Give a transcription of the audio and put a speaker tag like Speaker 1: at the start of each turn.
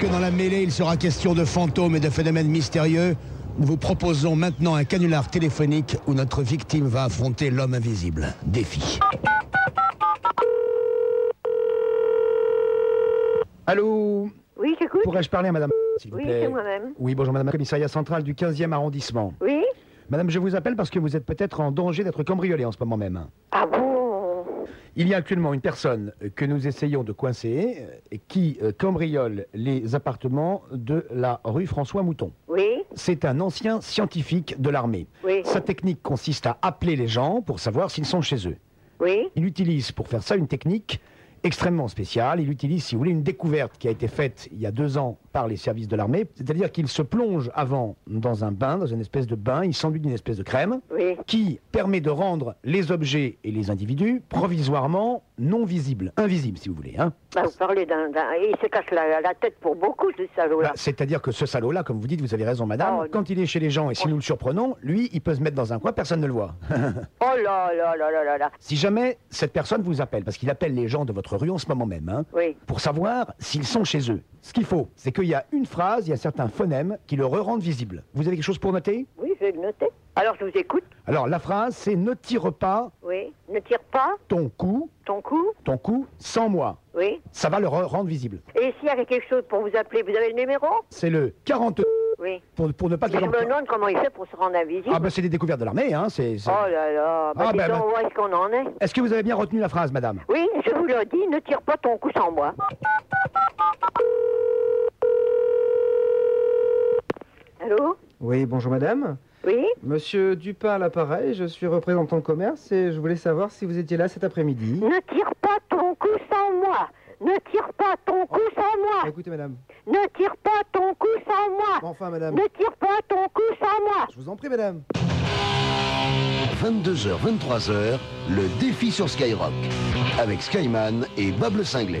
Speaker 1: que dans la mêlée, il sera question de fantômes et de phénomènes mystérieux, nous vous proposons maintenant un canular téléphonique où notre victime va affronter l'homme invisible. Défi.
Speaker 2: Allô
Speaker 3: Oui, j'écoute.
Speaker 2: Pourrais-je parler à madame s'il vous
Speaker 3: Oui,
Speaker 2: plaît
Speaker 3: c'est moi-même.
Speaker 2: Oui, bonjour madame la commissariat centrale du 15e arrondissement.
Speaker 3: Oui
Speaker 2: Madame, je vous appelle parce que vous êtes peut-être en danger d'être cambriolée en ce moment même.
Speaker 3: Ah bon
Speaker 2: Il y a actuellement une personne euh, que nous essayons de coincer euh, qui euh, cambriole les appartements de la rue François Mouton.
Speaker 3: Oui,
Speaker 2: C'est un ancien scientifique de l'armée.
Speaker 3: oui,
Speaker 2: Sa technique consiste à appeler les gens pour savoir s'ils sont chez eux.
Speaker 3: oui,
Speaker 2: Il utilise pour faire ça une technique extrêmement spéciale. Il utilise, si vous voulez, une découverte qui a été faite il y a deux ans par les services de l'armée. C'est-à-dire qu'il se plonge avant dans un bain, dans une espèce de bain. Il s'enduit d'une espèce de crème
Speaker 3: oui.
Speaker 2: qui permet de rendre les objets et les individus provisoirement non visibles. Invisibles, si vous voulez. hein.
Speaker 3: Bah, vous parlez d'un... d'un- Il se cache la, la tête pour beaucoup, ce salaud-là.
Speaker 2: Bah, C'est-à-dire que ce salaud-là, comme vous dites, vous avez raison, madame,
Speaker 3: Oh, non.
Speaker 2: quand il est chez les gens et si nous le surprenons, lui, il peut se mettre dans un coin, personne ne le voit.
Speaker 3: Oh là là là là là là.
Speaker 2: si jamais cette personne vous appelle, parce qu'il appelle les gens de votre rue en ce moment même, hein,
Speaker 3: Oui,
Speaker 2: pour savoir s'ils sont chez eux. Ce qu'il faut, c'est qu'il y a une phrase, il y a certains phonèmes qui le rendent visible. Vous avez quelque chose pour noter
Speaker 3: oui, je vais le noter. Alors, je vous écoute.
Speaker 2: Alors la phrase, c'est ne tire pas
Speaker 3: Oui. Ne tire pas
Speaker 2: ton cou,
Speaker 3: ton cou.
Speaker 2: ton cou sans moi.
Speaker 3: Oui.
Speaker 2: Ça va le re- rendre visible.
Speaker 3: Et s'il y avait quelque chose pour vous appeler, vous avez le numéro
Speaker 2: C'est le 42
Speaker 3: Oui.
Speaker 2: pour, pour ne Ah, bah, pas
Speaker 3: Mais je
Speaker 2: qu'il
Speaker 3: me demande comment il fait pour se rendre invisible.
Speaker 2: Ah ben c'est des découvertes de l'armée, hein. c'est- c'est-
Speaker 3: Oh là là. Bah,
Speaker 2: Ah,
Speaker 3: dis
Speaker 2: bah,
Speaker 3: donc, où est-ce qu'on en est
Speaker 2: Est-ce que vous avez bien retenu la phrase, madame
Speaker 3: Oui, je vous le dis, ne tire pas ton cou sans moi. Allô
Speaker 4: Oui, bonjour madame.
Speaker 3: Oui
Speaker 4: Monsieur Dupin à l'appareil, je suis représentant de commerce et je voulais savoir si vous étiez là cet après-midi.
Speaker 3: Ne tire pas ton cou sans moi. Ne tire pas ton cou sans moi.
Speaker 4: Écoutez madame,
Speaker 3: Ne tire pas ton cou sans moi.
Speaker 4: enfin madame,
Speaker 3: Ne tire pas ton cou sans moi.
Speaker 4: je vous en prie madame.
Speaker 1: 22h, 23h, le défi sur Skyrock. Avec Skyman et Bob le Cinglé.